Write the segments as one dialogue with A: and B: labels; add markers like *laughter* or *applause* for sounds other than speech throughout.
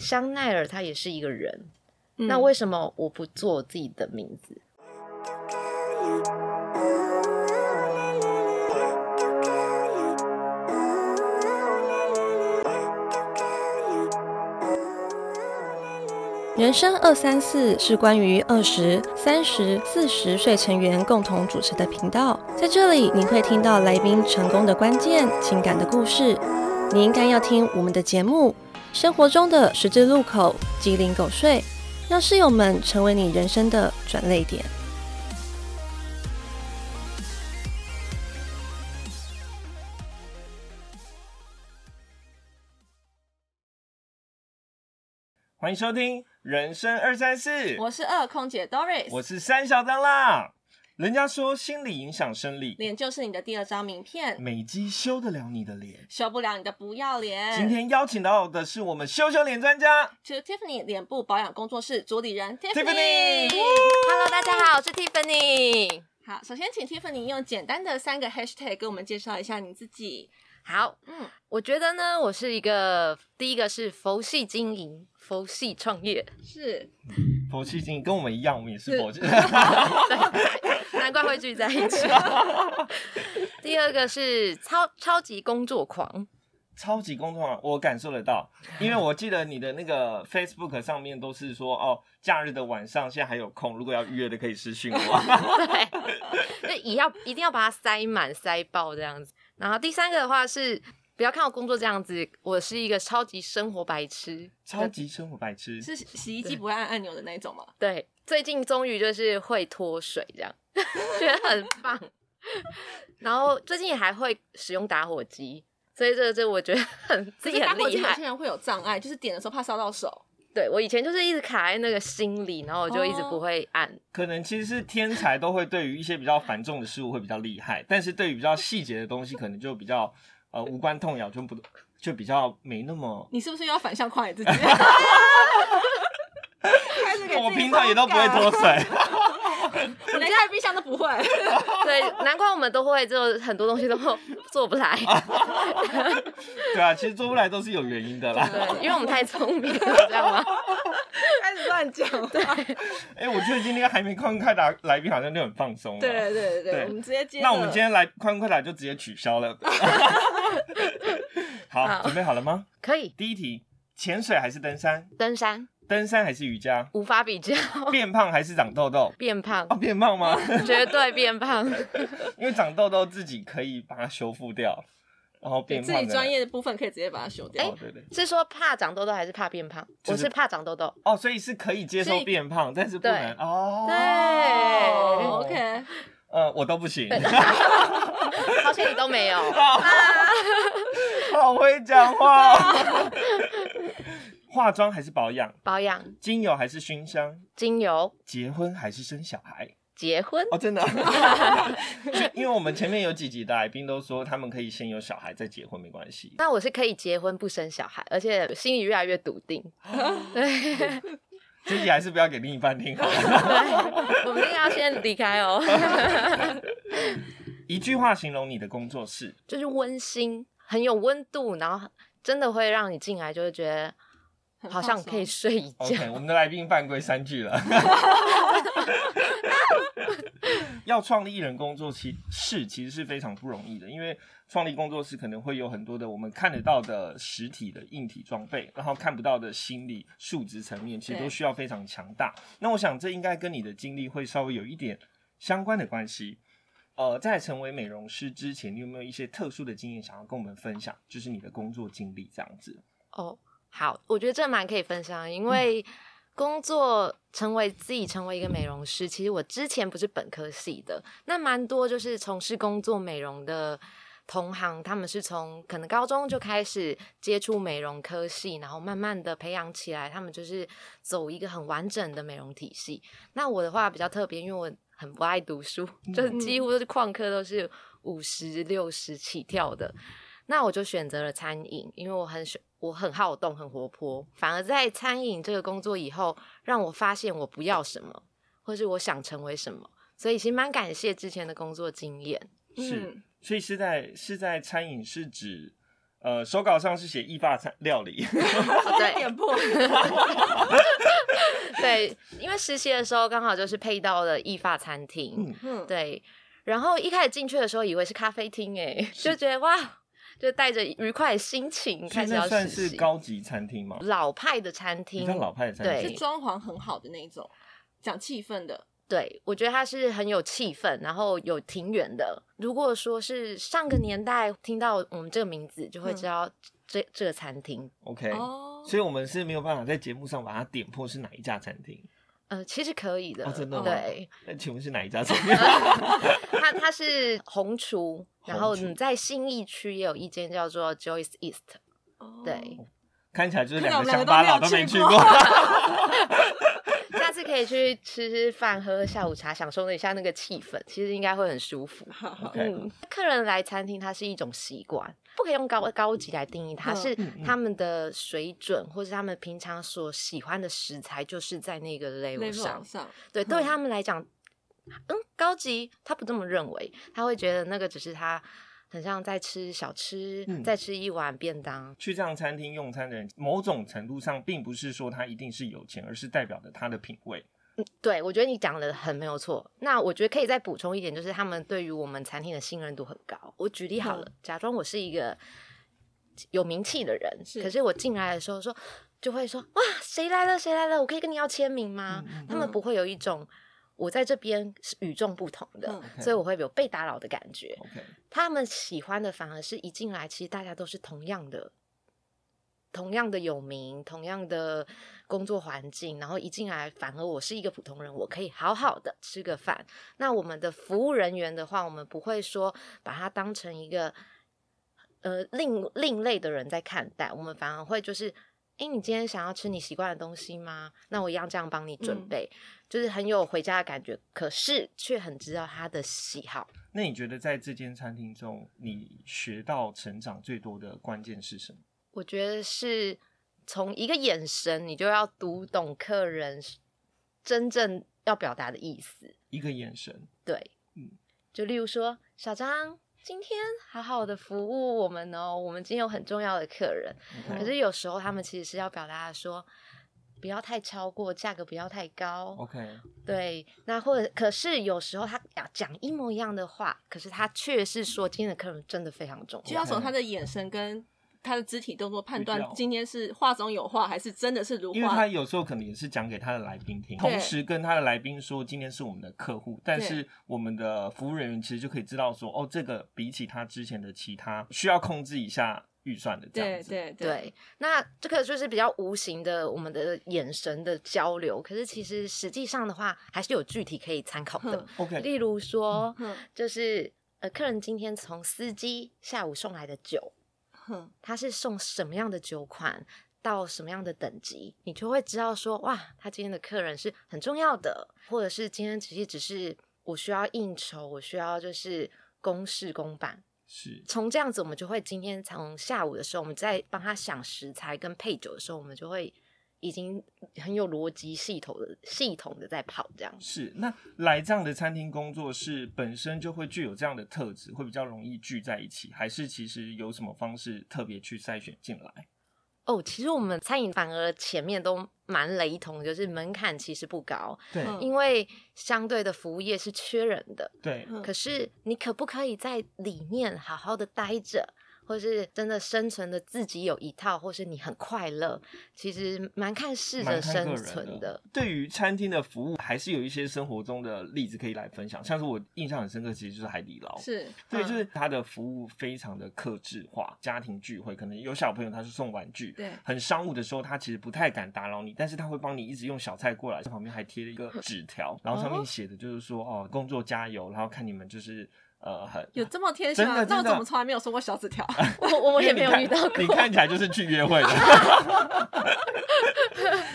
A: 香奈儿他也是一个人，
B: 嗯
A: 那为什么我不做我自己的名字？
C: 人生二三四是关于二十三十四十岁成员共同主持的频道，在这里你会听到来宾成功的关键、情感的故事。你应该要听我们的节目，生活中的十字路口、鸡零狗碎，让室友们成为你人生的转泪点。
B: 欢迎收听《人生二三四》，
C: 我是二空姐 Doris，
B: 我是三小当啦。人家说心理影响生理，
C: 脸就是你的第二张名片，
B: 美肌修得了你的脸。
C: 修不了你的不要脸。
B: 今天邀请到的是我们修修脸专家，
C: To Tiffany 脸部保养工作室主理人
B: Tiffany
A: *laughs* Hello，大家好，我是 Tiffany。
C: 好，首先请 Tiffany 用简单的三个 hashtag 给我们介绍一下你自己。
A: 好，
C: 嗯，
A: 我觉得呢，我是一个第一个是佛系经营，佛系创业， *laughs*
C: 是
B: 佛系经营跟我们一样，我们也是
C: 是
B: 佛系。
A: 难怪会聚在一起。 *laughs* 第二个是超超级工作狂，
B: *laughs* 超级工作狂，我感受得到，因为我记得你的那个 Facebook 上面都是说，哦，假日的晚上现在还有空，如果要预约的可以私讯我。
A: 对，就一要一定要把它塞满塞爆这样子。然后第三个的话是，不要看我工作这样子，我是一个超级生活白痴。
B: 超级生活白痴，
C: 是洗衣机不会按按钮的那种吗？
A: 对，最近终于就是会脱水这样， *laughs* 觉得很棒。然后最近也还会使用打火机，所以这个这我觉得很自
C: 可
A: 己
C: 是打
A: 很
C: 火机
A: 厉
C: 有
A: 害
C: 些。人会有障碍，就是点的时候怕烧到手。
A: 对我以前就是一直卡在那个心里，然后我就一直
C: 哦
A: 不会按。
B: 可能其实是天才都会对于一些比较繁重的事物会比较厉害，但是对于比较细节的东西，可能就比较呃无关痛痒，就不就比较没那么。
C: 你是不是又要反向夸你
B: *laughs*
C: 自己？开始给自己
B: 我平常也都不会脱水，
C: 我连开冰箱都不会。
A: 对，难怪我们都会就很多东
C: *laughs*
A: 西都做不来，
B: *laughs* 对啊，其实做不来都是有原因的啦。
A: 对，因为我们太聪明了，知道吗？ *laughs*
C: 开始乱讲话。
B: 哎、我觉得今天还没快问快答，来宾好像就很放松了。
C: 对对对
B: 对
C: 对，我们直接接着。
B: 那我们今天来快问快答就直接取
C: *laughs*
B: 消了。好，
A: 好
B: 准备好了吗？
A: 可以
B: 第一题，潜水还是登山？
A: 登山，
B: 登山还是
C: *laughs*
B: 瑜伽？
A: 无法比较，
B: 变胖还是长痘痘？
A: 变胖
B: 哦，，变胖吗？
A: 绝对变胖。
B: 因为长痘痘自己可以把它修复掉，然后
C: 对
B: 变
C: 自
B: 胖的。
C: 己专业哎的部分可以直接把它修掉
B: 哦，。对对。
A: 是说怕长痘痘还是怕变胖？
B: 就是
A: 我是怕长痘痘。
B: 哦，所以是可以接
C: 所
B: 受
C: 以
B: 变胖，但是不能哦。哎
A: 对
C: 哦 OK，
B: 呃，我都不行， *laughs*
A: 好险你都没有。
C: *laughs* 啊
B: 好会讲话
C: 啊
B: 哦。化妆还是保养？
A: 保养、
B: 精油还是熏香？
A: 精油、
B: 结婚还是生小孩？
A: 结婚，
C: *laughs*
B: 哦，真的，因为我们前面有几集的来宾都说他们可以先有小孩再结婚，没关系。
A: 那我是可以结婚不生小孩，而且心里越来越笃
C: *laughs*
A: 定。对，
B: 这集还是不要给另一半听
C: *laughs*
B: 好了。
A: 我们一定要先离开哦。 *laughs*
B: 一句话形容你的工作室，
A: 就是温馨，很有温度，然后真的会让你进来就会觉得
C: 很
A: 好
C: 放
A: 像可以
C: 松
A: 睡一觉。
B: OK，我们的来宾犯规三句了。要创立艺人工作其室其实是非常不容易的，因为创立工作室可能会有很多的我们看得到的实体的硬体装备，然后看不到的心理数值层面，其实
C: 对
B: 都需要非常强大。那我想这应该跟你的经历会稍微有一点相关的关系。呃，在成为美容师之前，你有没有一些特殊的经验想要跟我们分享？就是你的工作经历这样子。
A: 哦，好，我觉得这蛮可以分享的，因为工作成为自己成为一个美容师，其实我之前不是本科系的，那蛮多就是从事工作美容的。同行他们是从可能高中就开始接触美容科系，然后慢慢的培养起来，他们就是走一个很完整的美容体系。那我的话比较特别，因为我很不爱读书， *laughs* 就是几乎都是旷课都是五十六十起跳的，那我就选择了餐饮，因为我很喜，我很好动，很活泼。反而在餐饮这个工作以后，让我发现我不要什么，或是我想成为什么。所以其实蛮感
B: *laughs*
A: 谢之前的工作经验。
B: 是，
C: 嗯
B: 所以是在是在餐饮是指呃，手稿上是写意法餐料理，
A: 对
D: 点破。
A: 对，因为实习的时候刚好就是配到了意法餐厅，
B: 嗯
D: 嗯，
A: 对，然后一开始进去的时候以为是咖啡厅，哎， *laughs* 就觉得哇，就带着愉快的心情
B: 所
A: 开
B: 以
A: 始
B: 那
A: 要
B: 算
A: 实
B: 是
A: 习。
B: 高级餐厅嘛，
A: 老派的餐
B: 比
A: 厅
B: 较，老派的餐
D: 是
B: 厅
A: 对。
D: 装潢很好的那一种，讲气氛的。
A: 对我觉得它是很有气氛，然后有庭园的。如果说是上个年代听到我们这个名字，就会知道这、这个餐厅。
B: OK，
D: 哦
B: 所以我们是没有办法在节目上把它点破是哪一家餐厅。
A: 呃，其实可以的，
B: 哦真的吗
A: 对，
B: 那请问是哪一家餐厅？ *laughs*
A: 它它是红厨，然后
B: 红厨
A: 你在信义区也有一间叫做 Joyce East，对，
D: 哦
B: 看起来就是
D: 看到我们
B: 两个乡
D: 两
B: 巴
D: 个
B: 佬
D: 都
B: 都
D: 没有
B: 没
D: 去
B: 去
D: 过
B: 过。
A: 下次可以去吃吃饭、喝喝下午茶，享受一下那个气氛，其实应该会很舒服。
D: 好好
B: OK，
A: 嗯，客人来餐厅，它是一种习惯，不可以用高高级来定义它，
D: 嗯
A: 是
B: 嗯嗯
A: 他们的水准，或是他们平常所喜欢的食材，就是在那个 level 上
D: ，level。上，
A: 对，对
D: 嗯
A: 他们来讲，嗯，高级他不这么认为，他会觉得那个只是他很像在吃小吃，
B: 嗯
A: 在吃一碗便当。
B: 去这样餐厅用餐的人，某种程度上并不是说他一定是有钱，而是代表着他的品味。
A: 对，我觉得你讲的很没有错。那我觉得可以再补充一点，就是他们对于我们餐厅的信任度很高。我举例好了，假装我是一个有名气的人，
D: 是
A: 可是我进来的时候说，就会说哇，谁来了，谁来了，我可以跟你要签名吗？
B: 嗯嗯
A: 他们不会有一种我在这边是与众不同的，
D: 嗯
A: 所以我会有被打扰的感觉。
B: OK，
A: 他们喜欢的反而是一进来，其实大家都是同样的，同样的有名，同样的工作环境，然后一进来，反而我是一个普通人，我可以好好的吃个饭。那我们的服务人员的话，我们不会说把他当成一个呃另另类的人在看待，我们反而会就是。诶，你今天想要吃你习惯的东西吗？那我一样这样帮你准
D: 嗯
A: 备，就是很有回家的感觉，可是却很知道他的喜好。
B: 那你觉得在这间餐厅中，你学到成长最多的关键是什么？
A: 我觉得是从一个眼神，你就要读懂客人真正要表达的意思。
B: 一个眼神。
A: 对，
B: 嗯
A: 就例如说，小张今天好好的服务我们哦，我们今天有很重要的客人。可
B: OK，
A: 是有时候他们其实是要表达的说，不要太超过，价格不要太高。
B: OK，
A: 对，那或者可是有时候他讲讲一模一样的话，可是他却是说今天的客人真的非常重
D: 就
A: 要。
D: 要从他的眼神跟他的肢体动作判
B: 比较
D: 断今天是话中有话，还是真的是如
B: 因为他
D: 话。
B: 有时候可能也是讲给他的来宾听，同时跟他的来宾说今天是我们的客户，但是我们的服务人员其实就可以知道说，哦，这个比起他之前的其他需要控制一下预算的这样
D: 对
B: 子。
D: 对，
A: 对，那这个就是比较无形的我们的眼神的交流，可是其实实际上的话，还是有具体可以参考的
D: 哼。嗯
B: OK，
A: 例如说，
D: 哼
A: 就是呃，客人今天从司机下午送来的酒，
D: 哼，
A: 他是送什么样的酒款，到什么样的等级，你就会知道说，哇，他今天的客人是很重要的，或者是今天其实只是我需要应酬，我需要就是公事公办，
B: 是
A: 从这样子，我们就会今天从下午的时候，我们在帮他想食材跟配酒的时候，我们就会已经很有逻辑系统的系统的在跑这样子。
B: 是。那来这样的餐厅工作是本身就会具有这样的特质，会比较容易聚在一起，还是其实有什么方式特别去筛选进来？
A: 哦，其实我们餐饮反而前面都蛮雷同，就是门槛其实不高，
B: 对
D: 嗯
A: 因为相对的服务业是缺人的。
B: 对，
D: 嗯
A: 可是你可不可以在里面好好的待着？或是真的生存的自己有一套，或是你很快乐，其实蛮看试
B: 蛮
A: 着
B: 看
A: 生
B: 个
A: 存
B: 人
A: 的。。
B: 对于餐厅的服务，还是有一些生活中的例子可以来分享。像是我印象很深刻，其实就是海底捞。
D: 是
B: 对，
A: 嗯
B: 就是它的服务非常的克制化。家庭聚会可能有小朋友，他是送玩具，
D: 对
B: 很商务的时候，他其实不太敢打扰你，但是他会帮你一直用小菜过来，旁边还贴了一个纸条，
A: 哦
B: 然后上面写的就是说哦，工作加油，然后看你们就是呃很 *laughs*
D: 有这么贴心吗
B: 真的？
D: 那我
B: 真的
D: 怎么从来没有收过小纸
B: *laughs*
D: 条？
A: 我我也
B: 因为
A: 没有
B: 你看 *laughs*
A: 遇到过
B: 你，看起来就是去约会的。
A: *laughs*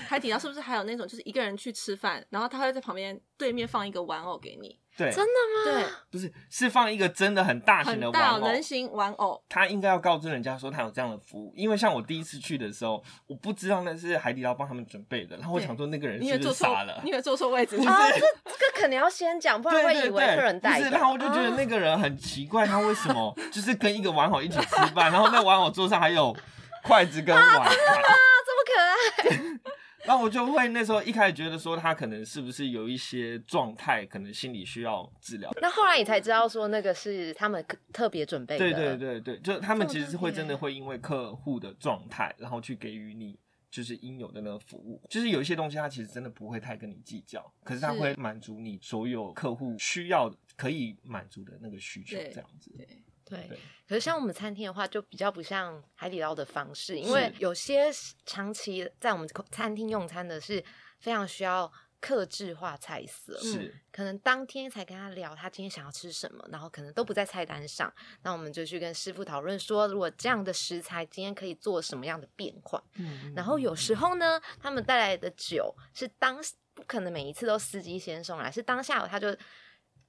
D: 海底捞是不是还有那种就是一个人去吃饭，然后他会在旁边
C: 对面放一个玩偶给你，
B: 对，
A: 真的吗？
C: 对，
B: 不是是放一个真的很大型的
C: 很
B: 玩
C: 大
B: 偶，
C: 人形玩偶，
B: 他应该要告知人家说他有这样的服务，因为像我第一次去的时候，我不知道那是海底捞帮他们准备的，然后我
C: 对
B: 想说那个人
C: 你
B: 是
C: 也
B: 不
C: 坐
B: 是
C: 错
B: 傻了，
C: 你。也坐错位
B: *laughs*
C: 置，
A: 啊，这这个肯定要先讲，不
B: 对
A: 然会
B: 对
A: 以为
B: 对，
A: 客人带
B: 不是，
A: 的。哦
B: 然后我就觉得那个人很奇怪，他为什么就是跟一个玩偶一起吃饭，然后那玩偶桌上还有筷子
A: *laughs*
B: 跟碗，
A: 这么可爱， *laughs*
B: 然后我就会那时候一开始觉得说他可能是不是有一些状态，可能心理需要治疗。
A: 那后来你才知道说那个是他们特别准备的。
B: 对对对对，就是他们
C: 这么
B: 其实
C: 特
B: 是会
C: 别
B: 真的会因为客户的状态，然后去给予你就是应有的那个服务。就是有一些东西，他其实真的不会太跟你计较，可是他
C: 是
B: 会满足你所有客户需要的可以满足的那个需求，
C: 对
B: 这样子。
A: 对
B: 对，
A: 可是像我们餐厅的话，就比较不像海底捞的方式，因为有些长期在我们餐厅用餐的是非常需要克制化菜色，
B: 是，
A: 可能当天才跟他聊他今天想要吃什么，然后可能都不在菜单上，那我们就去跟师傅讨论说，如果这样的食材今天可以做什么样的变化。
B: 嗯
A: 然后有时候呢，他们带来的酒是当不可能每一次都司机先送来，是当下有他就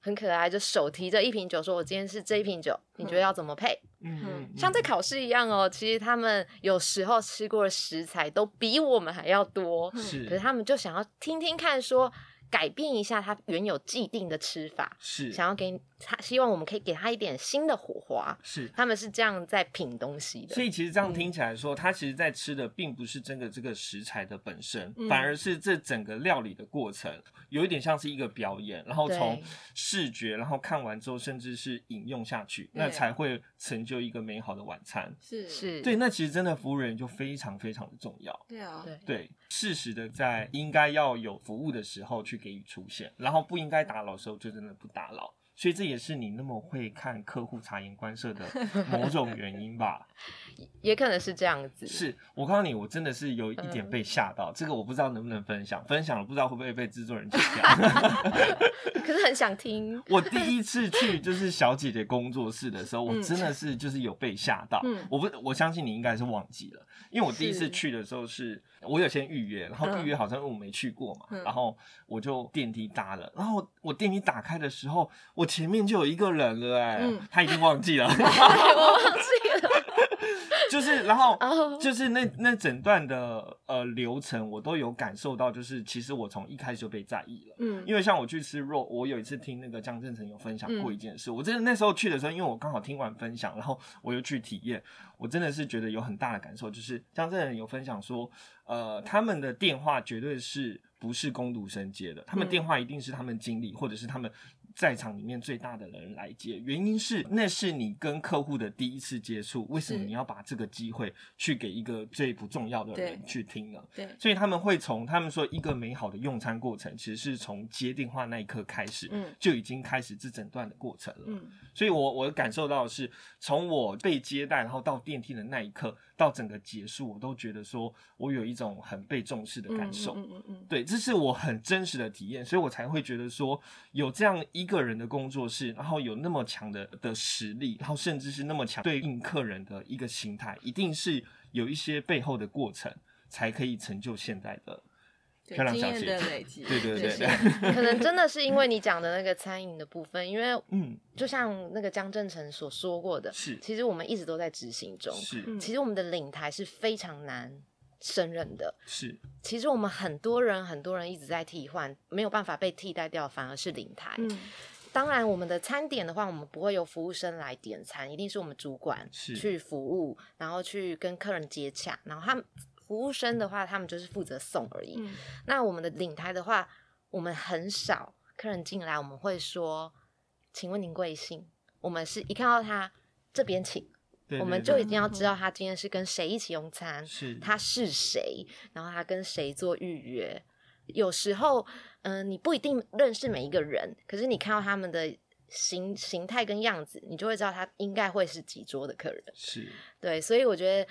A: 很可爱，就手提着一瓶酒说：“我今天是这一瓶酒，你觉得要怎么配？”
B: 嗯
A: 像在考试一样哦。其实他们有时候吃过的食材都比我们还要多，
D: 嗯
B: 是
A: 可是他们就想要听听看说。改变一下他原有既定的吃法，
B: 是
A: 想要给他，希望我们可以给他一点新的火花。
B: 是。
A: 他们是这样在品东西的，
B: 所以其实这样听起来说，他其实在吃的并不是这个这个食材的本身，
C: 嗯
B: 反而是这整个料理的过程，有一点像是一个表演，然后从
A: 对
B: 视觉，然后看完之后，甚至是饮用下去，那
C: 对
B: 才会成就一个美好的晚餐。
C: 是，
A: 是
B: 对，那其实真的服务人就非常非常的重要。
C: 对啊，
A: 对
B: 对，适时的在应该要有服务的时候去给予出现，然后不应该打扰的时候就真的不打扰。所以这也是你那么会看客户察言观色的某种原因吧？
A: 也可能是这样子。
B: 是我告诉你，我真的是有一点被吓到，这个我不知道能不能分享，分享了不知道会不会被制作人剪掉。
A: 可是很想
B: *laughs*
A: 听。
B: 我第一次去就是小姐姐工作室的时候，我
C: 嗯
B: 真的是就是有被吓到。
C: 嗯
B: *laughs* 我不，我相信你应该是忘记了，因为我第一次
C: 是
B: 去的时候是我有先预约，然后
C: 嗯
B: 预约好像因为我没去过嘛，
C: 嗯
B: 然后我就电梯搭了，然后我电梯打开的时候，我前面就有一个人了、哎、
C: 嗯
B: 他已经忘记了。 *laughs*
A: 哎我忘记了。
B: 就是，然
C: *laughs*
B: 后
A: 哦
B: 就是那那整段的呃流程，我都有感受到，就是其实我从一开始就被在意了。
C: 嗯，
B: 因为像我去吃肉，我有一次听那个江正成有分享
C: 嗯
B: 过一件事，我真的那时候去的时候，因为我刚好听完分享，然后我又去体验，我真的是觉得有很大的感受，就是江正成有分享说，呃，他们的电话绝对是不是工读生接的，他们
C: 嗯
B: 电话一定是他们经理或者是他们在场里面最大的人来接，原因是那是你跟客户的第一次接触，为什么
C: 是
B: 你要把这个机会去给一个最不重要的人
C: 对
B: 去听呢？
C: 对，
B: 所以他们会从他们说一个美好的用餐过程，其实是从接电话那一刻开始，
C: 嗯
B: 就已经开始这整段的过程了。
C: 嗯，
B: 所以我我感受到的是从我被接待，然后到电梯的那一刻，到整个结束，我都觉得说我有一种很被重视的感受。
C: 嗯嗯嗯，
B: 对，这是我很真实的体验，所以我才会觉得说有这样一个人的工作室，然后有那么强的的实力，然后甚至是那么强对应客人的一个心态，一定是有一些背后的过程，才可以成就现在的漂亮
C: 经
B: 小
C: 验
B: 姐
C: 的
B: 姐
C: 累积，
B: 对对对
C: 是
B: 对，
A: 可能真的是因为你讲的那个餐饮的部分，因为
B: 嗯，
A: 就像那个江正成所说过的，
B: 是
A: 其实我们一直都在执行中。
B: 是
C: 嗯
A: 其实我们的领台是非常难胜任的。
B: 是，
A: 其实我们很多人很多人一直在替换，没有办法被替代掉，反而是领台。
C: 嗯，
A: 当然，我们的餐点的话，我们不会由服务生来点餐，一定是我们主管
B: 是
A: 去服务，然后去跟客人接洽，然后他们服务生的话，他们就是负责送而已。
C: 嗯
A: 那我们的领台的话，我们很少客人进来，我们会说：“请问您贵姓？”我们是一看到他这边请，
B: 对
A: 我们
B: 对
A: 就
B: 对
A: 已经要知道他今天是跟谁一起用餐，
B: 是
A: 他是谁，然后他跟谁做预约。有时候，嗯、你不一定认识每一个人，可是你看到他们的形形态跟样子，你就会知道他应该会是几桌的客人。
B: 是
A: 对，所以我觉得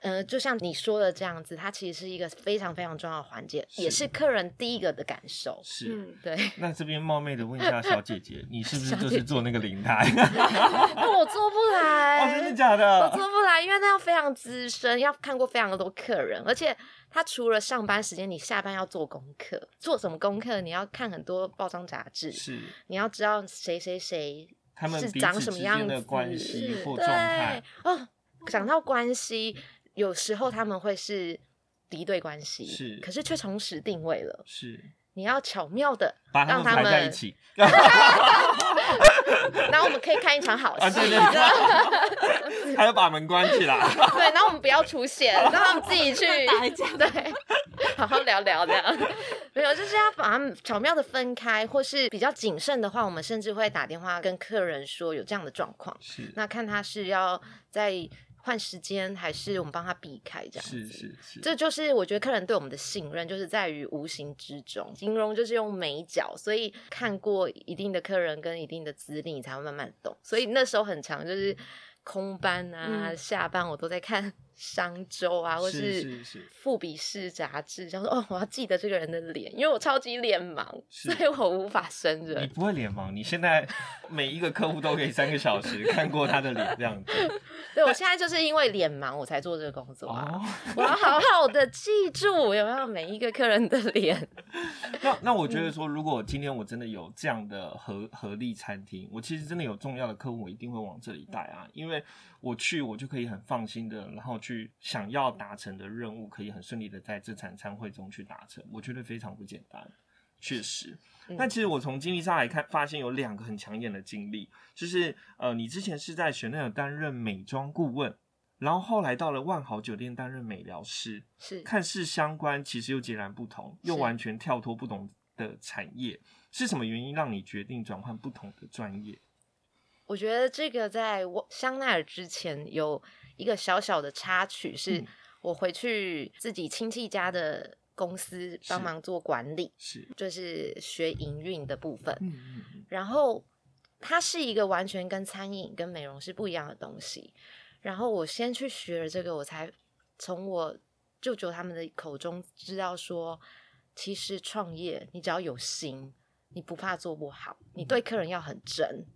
A: 呃，就像你说的这样子，它其实是一个非常非常重要的环节，
B: 是
A: 也是客人第一个的感受。
C: *laughs*
B: 是。
C: 嗯，
A: 对， *laughs*
B: 那这边冒昧的问一下小姐姐，你是不是就是做那个领带？
A: 那我做不
B: *laughs* 哦，
A: 来，
B: 真的假
A: 我
B: 的？
A: 呃做不来，因为那要非常资深，要看过非常多客人，而且他除了上班时间，你下班要做功课，做什么功课？你要看很多报章杂志，
B: 是
A: 你要知道谁谁谁
B: 他们
A: 是
B: 彼
A: 长
B: 此
A: 什么
B: 之
A: 样
B: 间的
A: 子
B: 关系
C: 是
B: 或状态
A: 对，哦，讲到关系，有时候他们会是敌对关系，
B: 是
A: 可是却重拾定位了。
B: 是
A: 你要巧妙的
B: 把他
A: 让
B: 们
A: 他
B: 排在一
A: 们
B: 起
A: 然后我们可以看一场好戏，
B: 啊，对
A: *laughs*
B: 对对，还要把门关起来。
A: 对，然后我们不要出现，让他们自己
C: *laughs*
A: 去
C: 打一架
A: 对，好好聊聊这样。没有，就是要把他们巧妙的分开，或是比较谨慎的话，我们甚至会打电话跟客人说有这样的状况，
B: 是
A: 那看他是要在换时间，还是我们帮他避开这样子。
B: 是是是，
A: 这就是我觉得客人对我们的信任，就是在于无形之中。形容就是用美角，所以看过一定的客人跟一定的资历，你才会慢慢懂。所以那时候很长，就是空班啊、
C: 嗯
A: 下班我都在看商周啊，或
B: 是是是
A: 富比士杂志，想说哦，我要记得这个人的脸，因为我超级脸盲，
B: 是
A: 所以我无法胜
B: 你
A: 任。
B: 不会脸盲，你现在每一个客户都可以三个小时看过他的脸这样子。
A: *laughs* 对我现在就是因为脸盲，我才做这个工作啊。
B: 哦，
A: *laughs* 我要好好的记住有没有每一个客人的
B: *laughs*
A: 脸。
B: 那那我觉得说，如果今天我真的有这样的合合力餐厅，我其实真的有重要的客户，我一定会往这里带啊，因为我去我就可以很放心的，然后去想要达成的任务，可以很顺利的在这场餐会中去达成，我觉得非常不简单。确实，
A: 嗯
B: 那其实我从经历上来看，发现有两个很抢眼的经历，就是呃，你之前是在雪奈尔担任美妆顾问，然后后来到了万豪酒店担任美疗师，
A: 是
B: 看似相关，其实又截然不同，又
A: 是
B: 完全跳脱不同的产业。是什么原因让你决定转换不同的专业？
A: 我觉得这个在我香奈儿之前有一个小小的插曲，是
B: 嗯
A: 我回去自己亲戚家的公司帮忙做管理，
B: 是，
A: 就是学营运的部分。
B: 嗯嗯嗯，
A: 然后它是一个完全跟餐饮跟美容是不一样的东西。然后我先去学了这个，我才从我舅舅他们的口中知道说，其实创业你只要有心，你不怕做不好，你对客人要很真，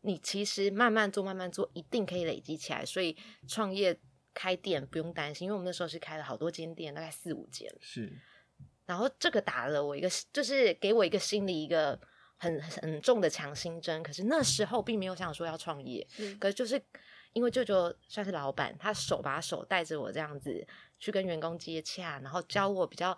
A: 你其实慢慢做慢慢做，一定可以累积起来。所以创业开店不用担心，因为我们那时候是开了好多间店，大概四五间。
B: 是
A: 然后这个打了我一个，就是给我一个心里一个很很重的强心针。可是那时候并没有想说要创业，
B: *laughs*
C: 嗯
A: 可是就是因为舅舅算是老板，他手把手带着我这样子去跟员工接洽，然后教我比较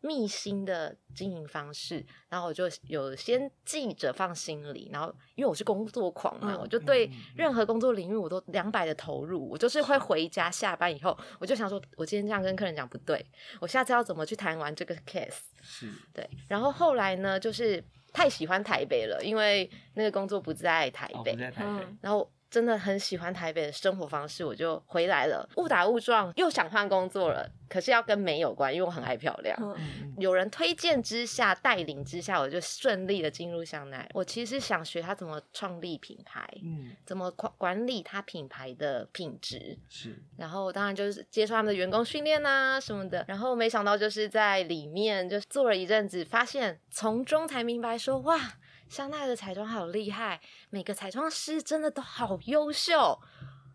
A: 密心的经营方式，然后我就有先记着放心里，然后因为我是工作狂嘛，
C: 嗯
A: 我就对
B: 嗯嗯
A: 任何工作领域我都两百的投入，我就是会回家下班以后，我就想说，我今天这样跟客人讲不对，我下次要怎么去谈完这个 case。
B: 是，
A: 对，然后后来呢，就是太喜欢台北了，因为那个工作不在台
B: 哦，
A: 北，
B: 不在台北，
C: 嗯
A: 然后真的很喜欢台北的生活方式，我就回来了。误打误撞又想换工作了，可是要跟美有关，因为我很爱漂亮。
C: 嗯
B: 嗯
A: 有人推荐之下，带领之下，我就顺利的进入香奈儿。我其实想学他怎么创立品牌，
B: 嗯，
A: 怎么管管理他品牌的品质。
B: 是
A: 然后当然就是接受他们的员工训练啊什么的。然后没想到就是在里面就做了一阵子，发现从中才明白说哇，香奈儿的彩妆好厉害，每个彩妆师真的都好优秀，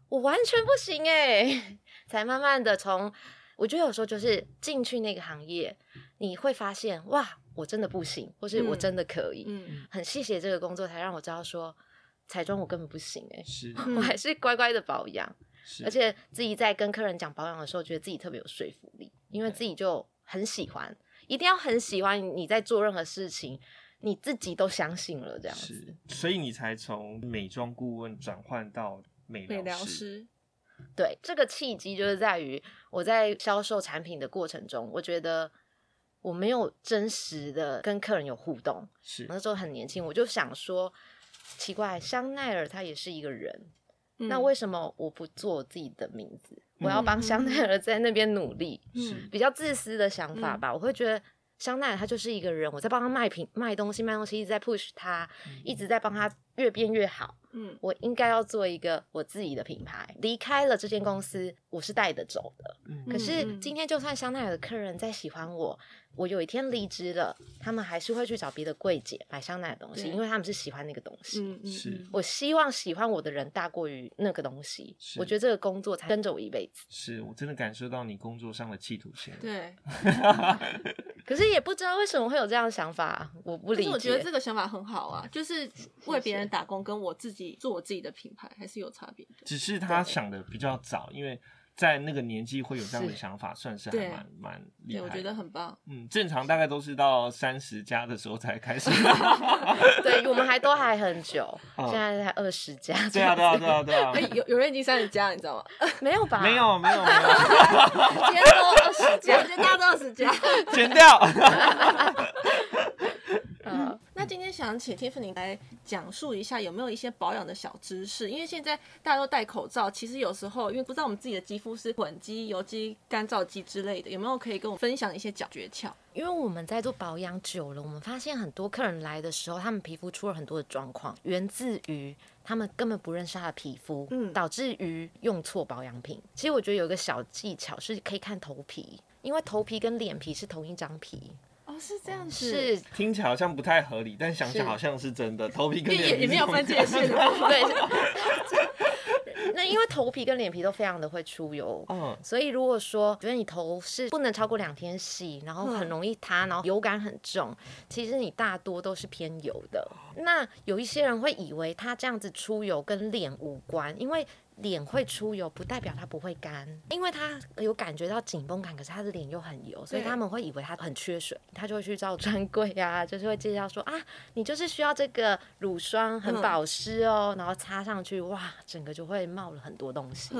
A: 我完全不行哎、 *laughs* 才慢慢的从我觉得有时候就是进去那个行业，你会发现哇，我真的不行，或是我
C: 嗯
A: 真的可以。
C: 嗯
A: 很谢谢这个工作，才让我知道说彩妆我根本不行哎、
B: 是
C: 嗯
A: 我还是乖乖的保养。
B: 是，
A: 而且自己在跟客人讲保养的时候，觉得自己特别有说服力，因为自己就很喜欢，一定要很喜欢你在做任何事情，你自己都相信了这样子。
B: 是，所以你才从美妆顾问转换到美
C: 美疗
B: 师，
C: 师，
A: 对，这个契机就是在于我在销售产品的过程中，我觉得我没有真实的跟客人有互动，
B: 是
A: 那时候很年轻，我就想说，奇怪，香奈儿他也是一个人，那
C: 嗯
A: 为什么我不做我自己的名字？我要
B: 嗯
A: 帮香奈儿在那边努力。
C: 嗯
B: 是
A: 比较自私的想法吧。我会觉得香奈儿他就是一
B: 嗯
A: 个人，我在帮他卖品、卖东西、卖东西，一直在 push 他，一直在帮他越变越好。
C: 嗯，
A: 我应该要做一个我自己的品牌。离开了这间公司，我是带得走的。
B: 嗯
A: 可是
C: 嗯
A: 今天，就算香奈儿的客人再喜欢我，我有一天离职了，他们还是会去找别的柜姐买香奈儿的东西，
C: 对
A: 因为他们是喜欢那个东西。
C: 嗯嗯
B: 是
C: 嗯
A: 我希望喜欢我的人大过于那个东西，
B: 是
A: 我觉得这个工作才跟着我一辈子。
B: 是我真的感受到你工作上的企图心。
C: 对，
A: 可是也不知道为什么会有这样的想法，啊我不
C: 可
A: 理
C: 是
A: 解。
C: 我觉得这个想法很好啊，就是为别人打工，跟我自己做我自己的品牌还是有差别的。
B: 只是他
A: 对
B: 想的比较早，因为在那个年纪会有这样的
A: 是
B: 想法，算是还
C: 对
B: 蛮蛮厉
C: 对，
B: 害的。
C: 我觉得很
B: *laughs*
C: 棒。
B: 嗯，正常大概都是到三十加的时候才开始。
A: *laughs* 对我们还都还很
B: *laughs*
A: 久，
B: 嗯
A: 现在才二十家。
B: *laughs* 对啊，对啊，对啊，对啊
C: 哎，，有有人已经三十加了，你知
B: *laughs*
C: 道吗？
A: *laughs* 没有吧？
B: 没，有，没有，没
C: *laughs*
B: 有，
C: 今天都二十加，今天大家都二十加。
B: 剪掉。
A: 嗯，
C: 那今天想请 Tiffany 来讲述一下有没有一些保养的小知识，因为现在大家都戴口罩，其实有时候因为不知道我们自己的肌肤是混肌、油肌、干燥肌之类的，有没有可以跟我们分享一些小诀窍？
A: 因为我们在做保养久了，我们发现很多客人来的时候，他们皮肤出了很多的状况，源自于他们根本不认识他的皮肤，
C: 嗯
A: 导致于用错保养品。其实我觉得有一个小技巧是可以看头皮，因为头皮跟脸皮是同一张皮，
C: 哦，是这样子，
A: 是
B: 听起来好像不太合理，但想想
A: 是
B: 好像是真的。头皮跟
C: 因为也
B: 脸
C: 也没有分界线的部
A: *laughs*
C: 分。
A: 对。那因为头皮跟脸皮都非常的会出油，
B: *laughs* 嗯，
A: 所以如果说觉得你头是不能超过两天洗，然后很容易塌，然后油感很重，其实你大多都是偏油的。那有一些人会以为它这样子出油跟脸无关，因为。脸会出油，不代表它不会干，因为它有感觉到紧绷感，可是他的脸又很油，所以
C: 对
A: 他们会以为它很缺水，他就会去找专柜啊， *laughs* 就是会介绍说啊，你就是需要这个乳霜很
C: 嗯
A: 保湿哦，然后擦上去，哇，整个就会冒了很多东
C: *laughs*
A: 西。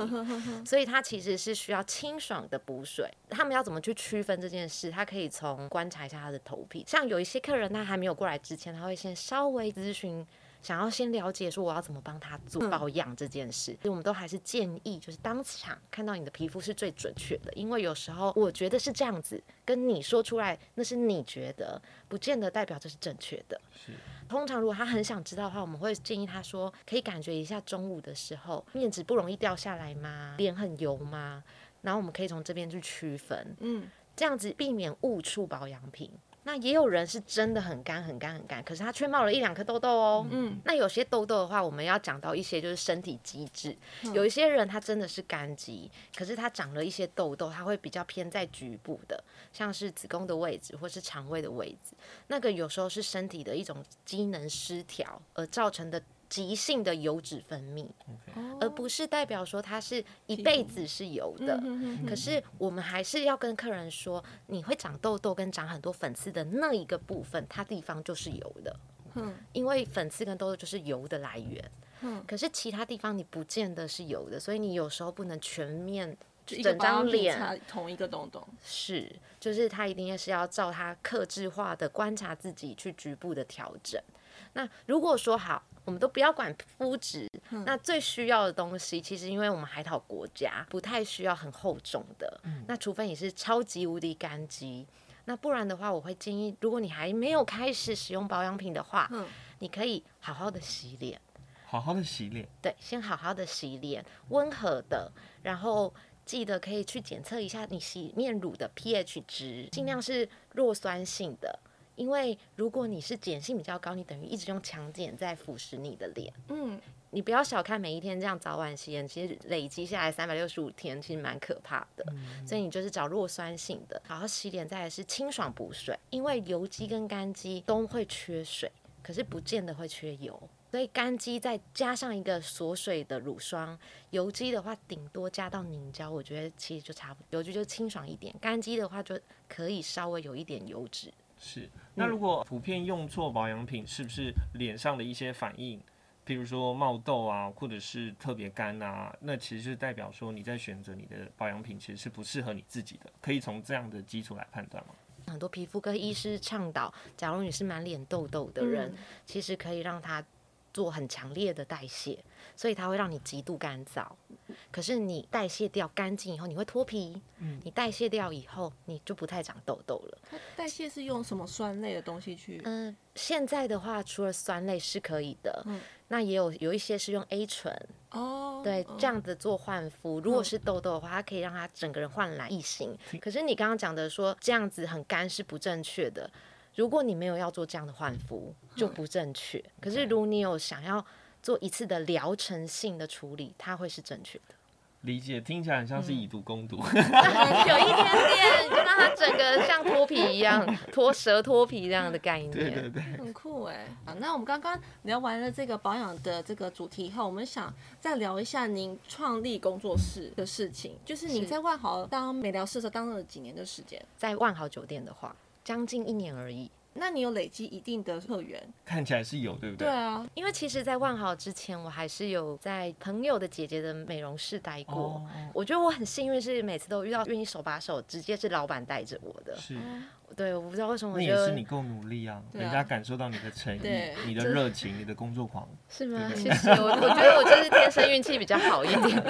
A: 所以它其实是需要清爽的补水。他们要怎么去区分这件事？他可以从观察一下他的头皮，像有一些客人他还没有过来之前，他会先稍微咨询。想要先了解说我要怎么帮他做保养这件事，所以我们都还是建议就是当场看到你的皮肤是最准确的，因为有时候我觉得是这样子，跟你说出来那是你觉得，不见得代表这是正确的。通常如果他很想知道的话，我们会建议他说，可以感觉一下中午的时候，面纸不容易掉下来吗？脸很油吗？然后我们可以从这边去区分，
C: 嗯，
A: 这样子避免误触保养品。那也有人是真的很干、很干、很干，可是他却冒了一两颗痘痘哦。
C: 嗯，
A: 那有些痘痘的话，我们要讲到一些就是身体机制。
C: 嗯
A: 有一些人他真的是干肌，可是他长了一些痘痘，他会比较偏在局部的，像是子宫的位置或是肠胃的位置，那个有时候是身体的一种机能失调而造成的急性的油脂分泌，
C: 哦
A: 而不是代表说它是一辈子是油
C: 嗯
A: 的。可是我们还是要跟客人说，你会长痘痘跟长很多粉刺的那一个部分，它地方就是油的。
C: 嗯
A: 因为粉刺跟痘痘就是油的来源。
C: 嗯
A: 可是其他地方你不见得是油的，所以你有时候不能全面
C: 就一个
A: 整张脸
C: 保养品擦同一个东东，
A: 是，就是他一定是要照他克制化的观察自己去局部的调整。那如果说好，我们都不要管肤质，那最需要的东西，其实因为我们海岛国家不太需要很厚重的，那除非你是超级无敌干肌，那不然的话，我会建议，如果你还没有开始使用保养品的话，
C: 嗯
A: 你可以好好的洗脸。
B: 好好的洗脸。
A: 对，先好好的洗脸，温和的，然后记得可以去检测一下你洗面乳的 pH 值，尽量是弱酸性的。因为如果你是碱性比较高，你等于一直用强碱在腐蚀你的脸。
C: 嗯，
A: 你不要小看每一天这样早晚洗脸，其实累积下来三百六十五天，其实蛮可怕的。所以你就是找弱酸性的，好好洗脸，再来是清爽补水，因为油肌跟干肌都会缺水，可是不见得会缺油。所以干肌再加上一个锁水的乳霜，油肌的话顶多加到凝胶，我觉得其实就差不多，油肌就清爽一点，干肌的话就可以稍微有一点油脂。
B: 是，那如果普遍用错保养品，是不是脸上的一些反应，譬如说冒痘啊，或者是特别干啊，那其实就代表说你在选择你的保养品其实是不适合你自己的，可以从这样的基础来判断吗？
A: 很多皮肤科医师倡导，假如你是满脸痘痘的
C: 嗯
A: 人，其实可以让它做很强烈的代谢，所以它会让你极度干燥。可是你代谢掉干净以后，你会脱皮，
B: 嗯
A: 你代谢掉以后，你就不太长痘痘了。
C: 它代谢是用什么酸类的东西去？
A: 嗯，现在的话，除了酸类是可以的，
C: 嗯
A: 那也有有一些是用 A 醇，
C: 哦，
A: 对，
C: 嗯
A: 这样子做焕肤。如果
C: 嗯
A: 是痘痘的话，它可以让它整个人焕然一新。可是你刚刚讲的说这样子很干是不正确的，如果你没有要做这样的焕肤，就不正确。可是如果你有想要做一次的疗程性的处理，它会是正确的。
B: 理解听起来很像是以毒攻毒，
A: *laughs* 有一点点就让它整个像脱皮一样，脱舌脱皮这样的概念。
B: 对对 *laughs* 对，
C: 很酷哎、啊！那我们刚刚聊完了这个保养的这个主题以后，我们想再聊一下您创立工作室的事情，就是你
A: 是
C: 在万豪当美疗师的时候当了几年的时间？
A: 在万豪酒店的话，将近一年而已。
C: 那你有累积一定的客源？
B: 看起来是有，对不
C: 对啊，
A: 因为其实，在万豪之前，我还是有在朋友的姐姐的美容室待过。
B: 哦，
A: 我觉得我很幸运，是每次都遇到愿意手把手，直接是老板带着我的。
B: 是。
A: 对，我不知道为哦什么，我
B: 那
A: 觉
B: 也是
A: 得
B: 你够努力啊，
C: 对啊
B: 人家感受到你的诚意
C: 对、
B: 你的热情、你的工作狂。
A: *laughs* 是吗？*laughs*
B: 对
A: 谢谢我，我觉得我就是天生运气比较好一点。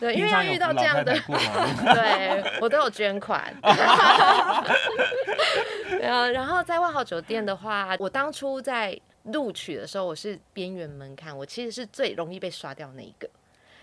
A: 对，因为
B: 平
A: 要
B: 常有
A: 遇到
B: 扶
A: 这样
B: 老
A: 的
B: 太，太过哎
A: *laughs*
B: 马 *laughs* 路
A: 对我都有捐款。 *laughs* 呃，然后在万豪酒店的话，我当初在录取的时候，我是边缘门槛，我其实是最容易被刷掉那一个，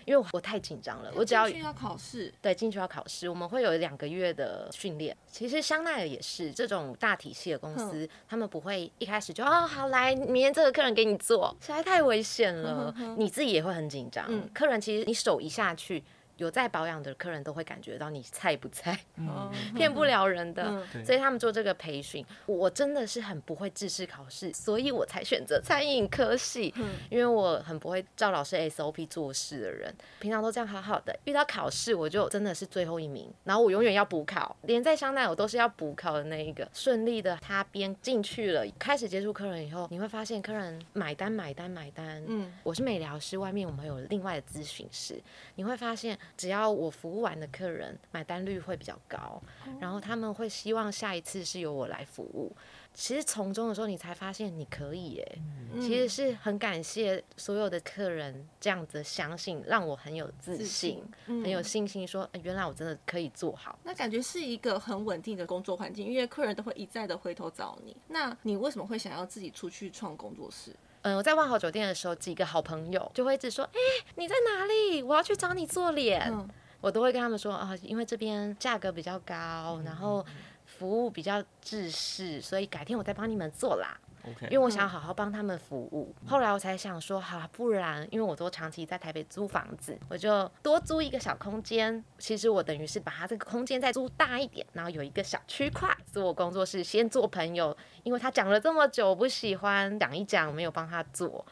A: 因为我我太紧张了，我只要
C: 进去要考试，
A: 对，进去要考试，我们会有两个月的训练。其实香奈儿也是这种大体系的公司，他们不会一开始就哦好来，明天这个客人给你做，实在太危险了，你自己也会很紧张。
C: 嗯
A: 客人其实你手一下去，有在保养的客人都会感觉到你菜不菜，
C: 哦
A: 嗯骗 *laughs* 不了人的。
C: 嗯
B: 对
A: 所以他们做这个培训，我真的是很不会自试考试，所以我才选择餐饮科系，因为我很不会照老师 SOP 做事的人，平常都这样好好的，遇到考试我就真的是最后一名，然后我永远要补考，连在香奈儿我都是要补考的那一个，顺利的擦边进去了，开始接触客人以后，你会发现客人买单买单买单，
C: 嗯，
A: 我是美疗师，外面我们有另外的咨询师，你会发现，只要我服务完的客人，买单率会比较高，然后他们会希望下一次是由我来服务。其实从中的时候，你才发现你可以耶、
C: 嗯
A: 其实是很感谢所有的客人这样子相信，让我很有自
C: 自
A: 信
C: 信，嗯
A: 很有信心说、呃原来我真的可以做好。
C: 那感觉是一个很稳定的工作环境，因为客人都会一再的回头找你。那你为什么会想要自己出去创工作室？
A: 嗯，我在万豪酒店的时候，几个好朋友就会一直说：“哎、你在哪里？我要去找你做脸。
C: 嗯
A: 我都会跟他们说啊，因为这边价格比较高，然后服务比较制式，所以改天我再帮你们做啦。因为
B: ，OK，
A: 我想好好帮他们服务。后来我才想说，好啊，不然因为我都长期在台北租房子，我就多租一个小空间。其实我等于是把它这个空间再租大一点，然后有一个小区块做我工作室，先做朋友。因为他讲了这么久，我不喜欢讲一讲，没有帮他做，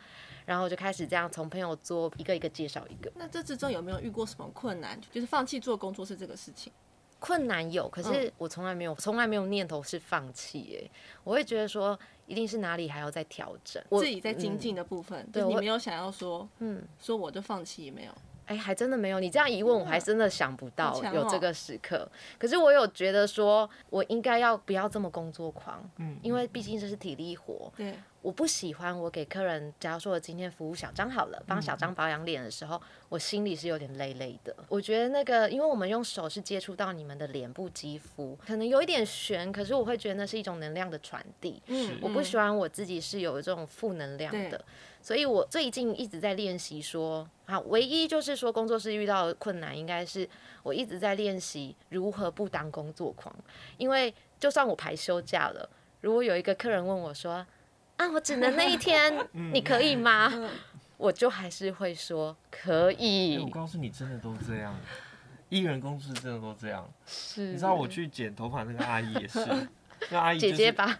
A: 然后我就开始这样从朋友做一个一个介绍一个。
C: 那这之中有没有遇过什么困难？就是放弃做工作室这个事情？
A: 困难有，可是我从来没有，从来没有念头是放弃。哎，我会觉得说，一定是哪里还要再调整。我嗯
C: 自己在精进的部分，就是
A: 我
C: 你没有想要说，
A: 嗯
C: 嗯，说我就放弃也没有。
A: 哎、还真的没有。你这样一问，我还真的想不到
C: 好强
A: 有
C: 哦
A: 这个时刻。可是我有觉得说，我应该要不要这么工作狂？
B: 嗯
A: 因为毕竟这是体力活，
C: 对，
A: 我不喜欢我给客人，假如说我今天服务小张好了，帮小张保养脸的时候，我心里是有点累累的。我觉得那个，因为我们用手是接触到你们的脸部肌肤，可能有一点悬，可是我会觉得那是一种能量的传递。
B: 是
C: 嗯
A: 我不喜欢我自己是有这种负能量的
C: 对，
A: 所以我最近一直在练习说，啊，唯一就是说工作室遇到的困难，应该是我一直在练习如何不当工作狂，因为就算我排休假了，如果有一个客人问我说，啊，我只能那一
B: *laughs*
A: 天，
B: 嗯
A: 你可以吗？ *laughs* 我就还是会说可
B: 哎
A: 以
B: 我，告诉你，真的都这样，艺人公司真的都这样。
A: 是
B: 你知道我去剪头发那个阿姨
A: *laughs*
B: 也是，那阿姨
A: 姐姐吧，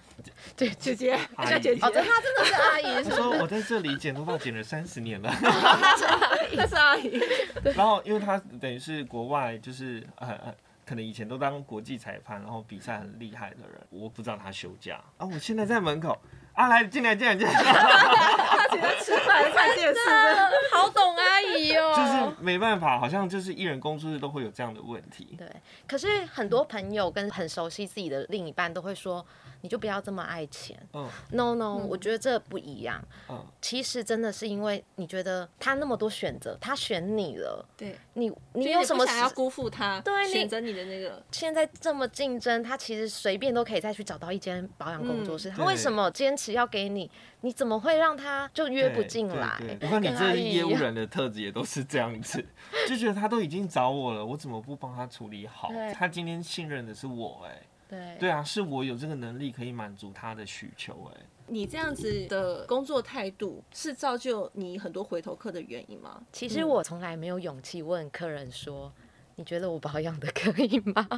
A: 对姐
C: 姐姐，
B: 阿姨姐姐
A: 哦，对，她真的是阿 *laughs* 姨，是
B: 就是。她
A: 不
B: 说
A: 是？
B: 我在这里剪头发剪了三十年了，
C: 那是阿姨。
B: 然后因为她等于是国外就是呃呃。可能以前都当国际裁判，然后比赛很厉害的人，我不知道她休假啊。我现在在门口， *laughs* 啊，来进来进来进来，
A: 哦
C: 他其实吃饭看电视的，
E: 好懂阿姨哦。
B: 就是没办法，好像就是艺人工作室都会有这样的问题。
A: 对，可是很多朋友跟很熟悉自己的另一半都会说，你就不要这么爱钱。
B: 嗯
A: No No，、我觉得这不一样。
B: 嗯，
A: 其实真的是因为你觉得他那么多选择，他选你了，
C: 对，
A: 你你
C: 你
A: 有什么
C: 想要
A: 时
C: 辜负他，
A: 对你
C: 选择你的那个，
A: 现在这么竞争，他其实随便都可以再去找到一间保养工作室。他
B: 嗯对
A: 为什么坚持要给你？你怎么会让他就约不进来？
B: 对对对我看你
A: 跟
B: 这
A: 阿
B: 些
A: 姨
B: 业务
A: 一样
B: 人的特质也都是这样子，就觉得他都已经找我了，我怎么不帮他处理好
A: 对？
B: 他今天信任的是我、哎，
A: 对
B: 对啊，是我有这个能力可以满足他的需求、哎，
C: 你这样子的工作态度是造就你很多回头客的原因吗？
A: 其实我从来没有勇气问客人说：“你觉得我保养的可以吗？”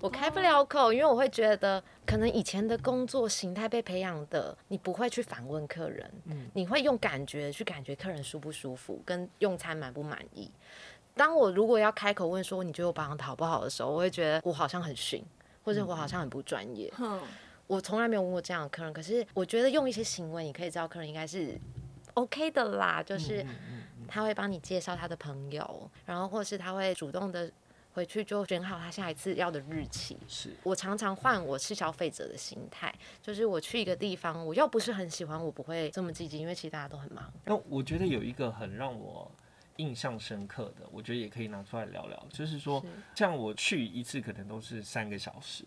A: 我开不了口，因为我会觉得，可能以前的工作形态被培养的，你不会去反问客人，你会用感觉去感觉客人舒不舒服，跟用餐满不满意。当我如果要开口问说你觉得我保养的好不好的时候，我会觉得我好像很逊，或者我好像很不专业。
C: 哼，
A: 我从来没有问过这样的客人，可是我觉得用一些行为，你可以知道客人应该是 OK 的啦，
B: 嗯
A: 就是他会帮你介绍他的朋友，然后或是他会主动的回去就选好他下一次要的日期。
B: 是
A: 我常常换我是消费者的心态，就是我去一个地方，我要不是很喜欢，我不会这么积极，因为其实大家都很忙。
B: 那我觉得有一个很让我印象深刻的，我觉得也可以拿出来聊聊，就是说，像我去一次可能都是三个小时，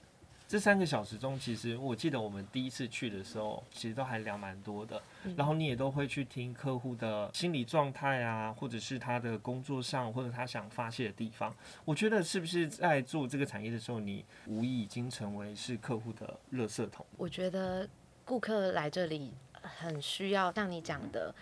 B: 这三个小时中，其实我记得我们第一次去的时候，其实都还聊蛮多的，然后你也都会去听客户的心理状态啊，或者是他的工作上，或者他想发泄的地方。我觉得是不是在做这个产业的时候，你无意已经成为是客户的垃圾桶？
A: 我觉得顾客来这里很需要像你讲的，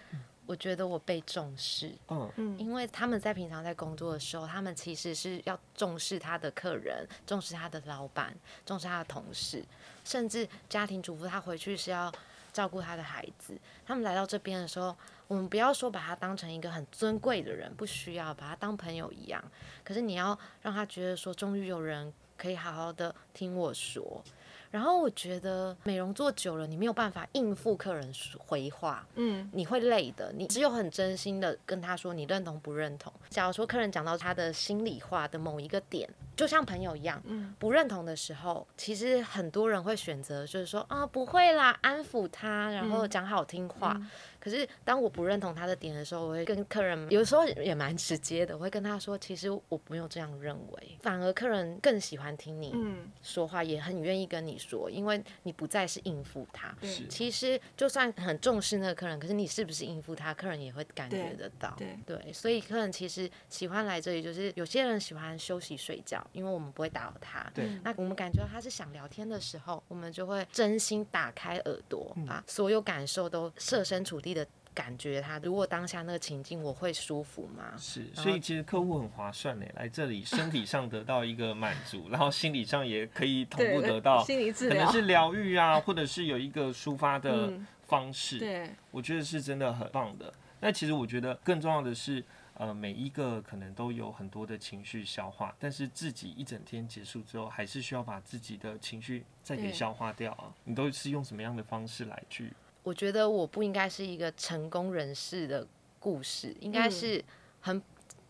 A: 我觉得我被重视。
B: 嗯，
C: 嗯，
A: 因为他们在平常在工作的时候，他们其实是要重视他的客人，重视他的老板，重视他的同事，甚至家庭主妇，她回去是要照顾他的孩子。他们来到这边的时候，我们不要说把他当成一个很尊贵的人，不需要把他当朋友一样。可是你要让他觉得说，终于有人可以好好的听我说。然后我觉得美容做久了，你没有办法应付客人回话，
C: 嗯，
A: 你会累的。你只有很真心的跟他说你认同不认同。假如说客人讲到他的心里话的某一个点，就像朋友一样，
C: 嗯
A: 不认同的时候，其实很多人会选择就是说啊不会啦，安抚他，然后
C: 嗯
A: 讲好听话。可是当我不认同他的点的时候，我会跟客人有时候也蛮直接的，我会跟他说，其实我没有这样认为，反而客人更喜欢听你
C: 嗯，
A: 说话也很愿意跟你说，因为你不再是应付他。
C: 对
A: 其实就算很重视那个客人，可是你是不是应付他，客人也会感觉得到。
C: 对
A: 所以客人其实喜欢来这里，就是有些人喜欢休息睡觉，因为我们不会打扰他。
B: 对
C: 嗯
A: 那我们感觉到他是想聊天的时候，我们就会真心打开耳朵，把所有感受都设身处地的感觉他。如果当下那个情境，我会舒服吗？
B: 是，
A: 然
B: 所以
A: 后
B: 其实客户很划算呢，来这里身体上得到一个满足，然后心理上也可以同步得到，
C: 心理治
B: 可能
C: 疗，
B: 是疗愈啊，或者是有一个抒发的
C: 嗯
B: 方式。，
C: 对，
B: 我觉得是真的很棒的。那其实我觉得更重要的是，呃，每一个可能都有很多的情绪消化，但是自己一整天结束之后，还是需要把自己的情绪再给
C: 对
B: 消化掉啊。你都是用什么样的方式来去？
A: 我觉得我不应该是一个成功人士的故事，应该是很、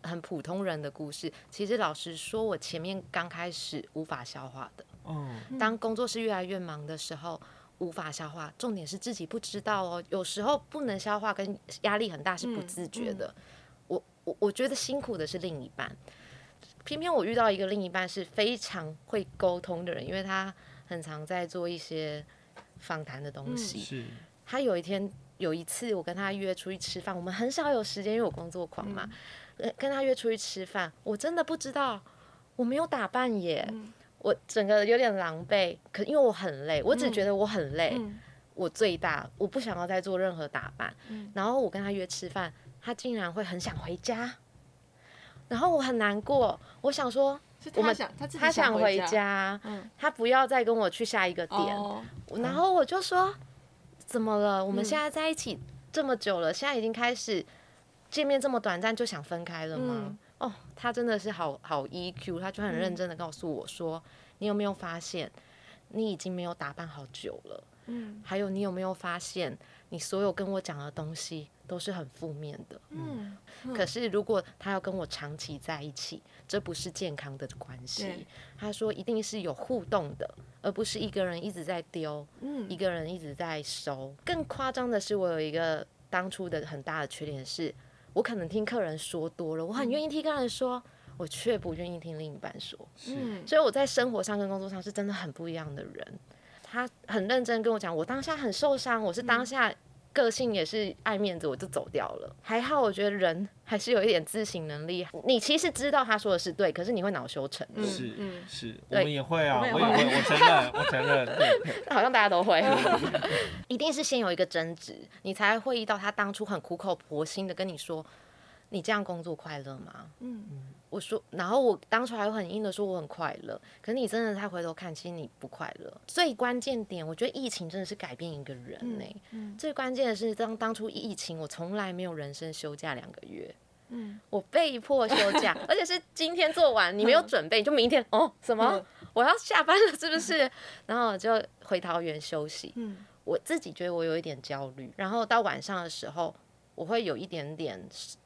A: 很普通人的故事。其实老实说，我前面刚开始无法消化的，
B: 嗯，
A: 当工作室越来越忙的时候。无法消化，重点是自己不知道哦。有时候不能消化跟压力很大是不自觉的。我我我觉得辛苦的是另一半，偏偏我遇到一个另一半是非常会沟通的人，因为他很常在做一些访谈的东西。
B: 是，
A: 他有一天有一次，我跟他约出去吃饭，我们很少有时间，因为我工作狂嘛，
C: 嗯
A: 呃跟他约出去吃饭，我真的不知道，我没有打扮耶，
C: 嗯
A: 我整个有点狼狈，可因为我很累，我只觉得我很累，
C: 嗯
A: 我最大，我不想要再做任何打扮，
C: 嗯
A: 然后我跟他约吃饭，他竟然会很想回家，然后我很难过，我想说
C: 是
A: 我
C: 他
A: 们
C: 想他自己
A: 他想回
C: 家，
A: 家，
C: 嗯
A: 他不要再跟我去下一个点。
C: 哦，
A: 然后我就说，怎么了？
C: 嗯
A: 我们现在在一起这么久了，现在已经开始见面这么短暂就想分开了吗？
C: 嗯
A: 哦，他真的是好好 EQ，他就很认真的告诉我说，你有没有发现，你已经没有打扮好久了？
C: 嗯
A: 还有你有没有发现，你所有跟我讲的东西都是很负面的？
C: 嗯，
A: 可是如果他要跟我长期在一起，这不是健康的关系
C: 对。
A: 他说一定是有互动的，而不是一个人一直在丢，
C: 嗯
A: 一个人一直在收。更夸张的是，我有一个当初的很大的缺点是，我可能听客人说多了，我
C: 嗯
A: 很愿意听客人说，我却不愿意听另一半说。
B: 是，
A: 所以我在生活上跟工作上是真的很不一样的人。他很认真跟我讲，我当下很受伤，我是当下个性也是爱面子，我就走掉了。还好，我觉得人还是有一点自省能力。 *laughs* 你其实知道他说的是对，可是你会恼羞成怒，
B: 是
C: 嗯
B: 是，我
A: 对
B: 们也会啊，我
C: 我
B: 也
C: 们也
B: 会，我承认，我承认，对，
A: *laughs* 好像大家都会。 *laughs* 一定是先有一个争执，你才会遇到他当初很苦口婆心的跟你说：“你这样工作快乐吗？”
C: 嗯，
A: 我说，然后我当初还会很硬的说我很快乐，可是你真的再回头看，其实你不快乐。最关键点，我觉得疫情真的是改变一个人呢、
C: 嗯
A: 最关键的是，当当初疫情，我从来没有人生休假两个月，
C: 嗯
A: 我被迫休
C: *laughs*
A: 假，而且是今天做完，你没
C: 嗯
A: 有准备，你就明天哦，什么、我要下班了是不是？然后我就回桃园休息。
C: 嗯
A: 我自己觉得我有一点焦虑，然后到晚上的时候，我会有一点点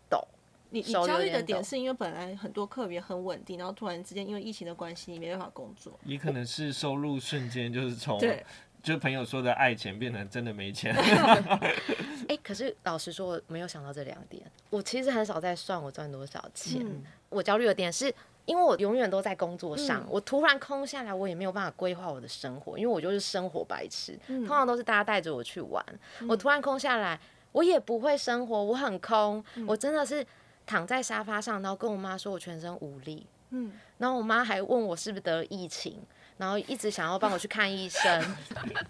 A: 抖，
C: 你你
A: 手
C: 焦
A: 有
C: 虑的
A: 点
C: 点
A: 抖
C: 是因为本来很多客源很稳定，然后突然之间因为疫情的关系，你没办法工作。
B: 也可能是收入瞬间就是从
C: 对，
B: 就朋友说的爱钱变成真的没钱，
A: 哎、可是老实说，我没有想到这两点。我其实很少在算我赚多少钱。
C: 嗯
A: 我焦虑的点是因为我永远都在工作上，
C: 嗯
A: 我突然空下来，我也没有办法规划我的生活，因为我就是生活白痴。
C: 嗯
A: 通常都是大家带着我去玩，我突然空下来，我也不会生活，我很空，
C: 嗯
A: 我真的是躺在沙发上，然后跟我妈说我全身无力，
C: 嗯，
A: 然后我妈还问我是不是得了疫情，然后一直想要帮我去看医生。 *laughs*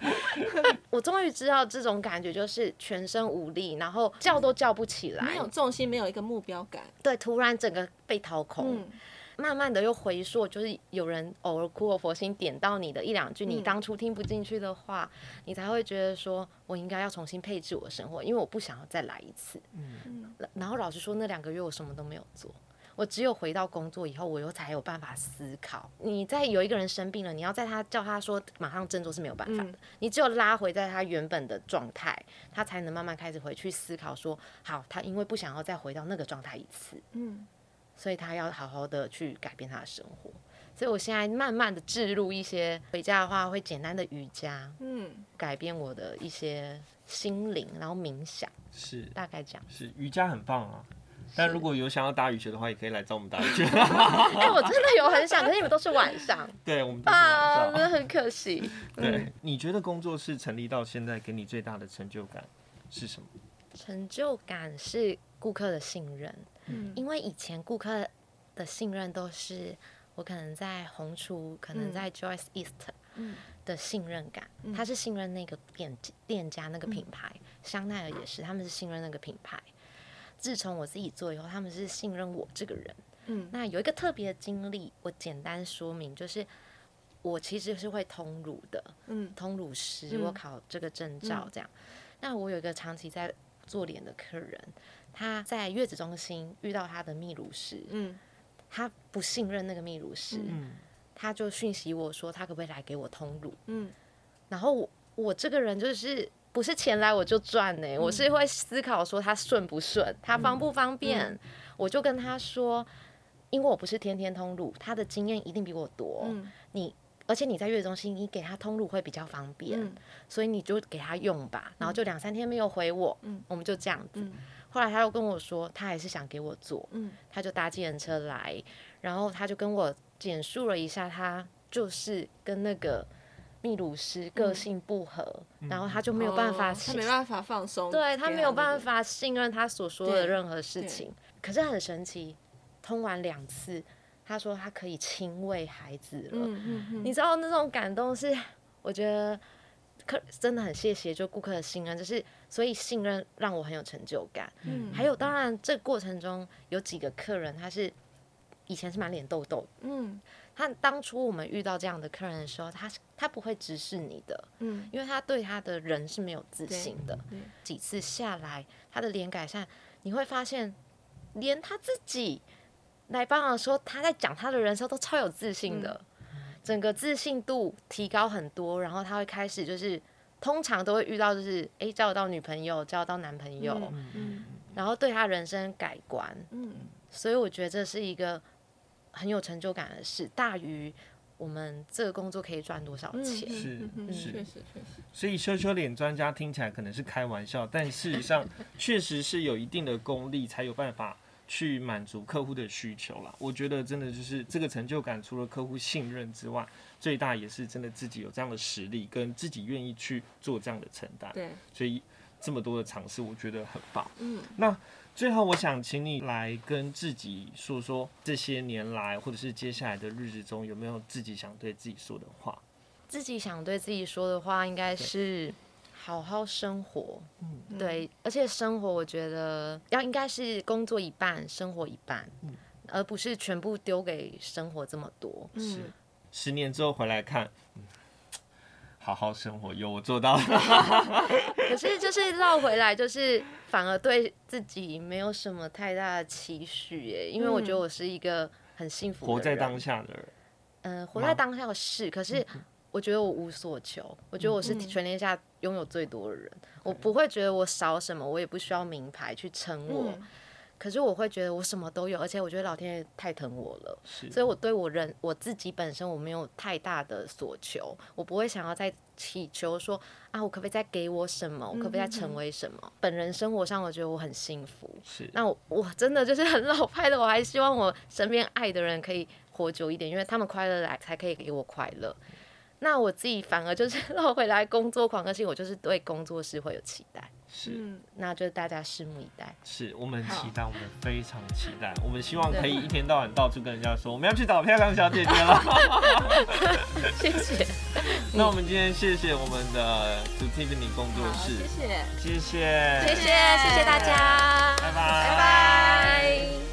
A: 我终于知道这种感觉就是全身无力，然后叫都叫不起来
C: 没，有重心，没有一个目标感。
A: 对，突然整个被掏空，
C: 嗯
A: 慢慢的又回溯，就是有人偶尔苦口婆心点到你的一两句，你
C: 嗯
A: 当初听不进去的话，你才会觉得说我应该要重新配置我的生活，因为我不想要再来一次。
C: 嗯
A: 然后老实说，那两个月我什么都没有做，我只有回到工作以后，我又才有办法思考。你在有一个人生病了，你要在他叫他说马上振作是没有办法的，
C: 嗯
A: 你只有拉回在他原本的状态，他才能慢慢开始回去思考说，好，他因为不想要再回到那个状态一次，
C: 嗯，
A: 所以他要好好的去改变他的生活。所以我现在慢慢的置入一些回家的话，会简单的瑜伽，
C: 嗯，
A: 改变我的一些心灵，然后冥想，
B: 是
A: 大概这样。
B: 是，瑜伽很棒啊。但如果有想要打羽球的话，也可以来找我们打羽球。
A: 哎、我真的有很想，可是你 *laughs* 们都是晚上
B: 对，我们都是
A: 啊，
B: 晚
A: 真的
B: 上。
A: 很可惜。
B: 对，你觉得工作室成立到现在，给你最大的成就感是什么？
A: 成就感是顾客的信任，
C: 嗯
A: 因为以前顾客的信任都是我可能在红厨，可能
C: 嗯
A: 在 Joyce East
C: 嗯
A: 的信任感，他是信任那个店店家那个品牌，
C: 嗯
A: 香奈儿也是，他们是信任那个品牌。自从我自己做以后，他们是信任我这个人。
C: 嗯
A: 那有一个特别的经历，我简单说明，就是我其实是会通乳的，
C: 嗯
A: 通乳师，
C: 嗯
A: 我考这个证照这样。那我有一个长期在做脸的客人，他在月子中心遇到他的泌乳师，
C: 嗯
A: 他不信任那个泌乳师，
B: 嗯
A: 他就讯息我说他可不可以来给我通乳。
C: 嗯
A: 然后我我这个人就是不是钱来我就赚呢、我是会思考说他顺不顺，他方不方便，我就跟他说，因为我不是天天通路，他的经验一定比我多，
C: 嗯
A: 你。而且你在月子中心，你给他通路会比较方便，
C: 嗯
A: 所以你就给他用吧。然后就两三天没有回我，
C: 嗯
A: 我们就这样子。
C: 嗯
A: 后来他又跟我说，他还是想给我做，
C: 嗯
A: 他就搭计程车来，然后他就跟我简述了一下，他就是跟那个秘鲁师个性不合，然后他就没有办法
C: 嗯哦他
A: 信，
C: 没办法放松，
A: 对他
C: 给
A: 没有
C: 那
A: 办
C: 个，
A: 法信任他所说的
C: 对
A: 任何事情。可是很神奇，通完两次，他说他可以亲喂孩子了，
C: 嗯嗯嗯，
A: 你知道那种感动是，我觉得客真的很谢谢就顾客的信任，就是所以信任让我很有成就感。
C: 嗯
A: 还有当然这过程中有几个客人他是以前是满脸痘痘的，
C: 嗯
A: 他当初我们遇到这样的客人的时候，他是他不会直视你的，
C: 嗯
A: 因为他对他的人是没有自信的
C: 对。
A: 几次下来，他的脸改善，你会发现连他自己来帮忙说他在讲他的人生都超
C: 嗯
A: 有自信的，整个自信度提高很多，然后他会开始就是通常都会遇到，就是哎、诶交到女朋友，交到男朋友，
C: 嗯嗯
A: 然后对他人生改观，
C: 嗯，
A: 所以我觉得这是一个很有成就感的事，大于我们这个工作可以赚多少钱。
B: 是
C: 嗯嗯
B: 是
C: 确实确实，
B: 所以羞羞脸专家听起来可能是开玩笑，但事实上确实是有一定的功力才有办法去满足客户的需求啦。我觉得真的就是这个成就感，除了客户信任之外，最大也是真的自己有这样的实力，跟自己愿意去做这样的承担。
C: 对，
B: 所以这么多的尝试，我觉得很棒。
C: 嗯，
B: 那最后我想请你来跟自己说说，这些年来或者是接下来的日子中，有没有自己想对自己说的话？
A: 自己想对自己说的话，应该是好好生活。
B: 嗯
A: 对，而且生活我觉得要应该是工作一半，生活一半，
B: 嗯
A: 而不是全部丢给生活这么多。 *laughs*
B: 是
C: 嗯，
B: 十年之后回来看，嗯好好生活，有我做到了。
A: 可是就是绕回来，就是反而对自己没有什么太大的期许耶，因为我觉
B: 嗯
A: 得我是一个很幸福的
B: 活在
A: 人
B: 当下的人，
A: 嗯，活
B: 吗
A: 在当下是，可是我觉得我无所求，我觉得我是
C: 嗯
A: 全天下拥有最多的人，我不会觉得我少什么，我也不需要名牌去称我，
C: 嗯
A: 可是我会觉得我什么都有，而且我觉得老天爷太疼我了，
B: 是
A: 所以我对我人我自己本身我没有太大的所求，我不会想要再祈求说啊，我可不可以再给我什么，我可不可以再
C: 嗯嗯
A: 成
C: 嗯
A: 为什么？本人生活上，我觉得我很幸福，
B: 是
A: 那我我真的就是很老派的，我还希望我身边爱的人可以活久一点，因为他们快乐来才可以给我快乐。那我自己反而就是 *laughs* 绕回来工作狂个性，我就是对工作室会有期待，
B: 是
C: 嗯，
A: 那就大家拭目以待。
B: 是，我们很
C: 好
B: 期待，我们非常期待，我们希望可以一天到晚到处跟人家说我们要去找漂亮小姐姐了。 *laughs*
A: 谢谢，
B: 那我们今天谢谢我们的 To Tiffany 工作
C: 好，
B: 室
C: 谢，谢。
B: 谢谢，
A: 谢谢，谢谢大家，
B: 拜拜
A: 拜拜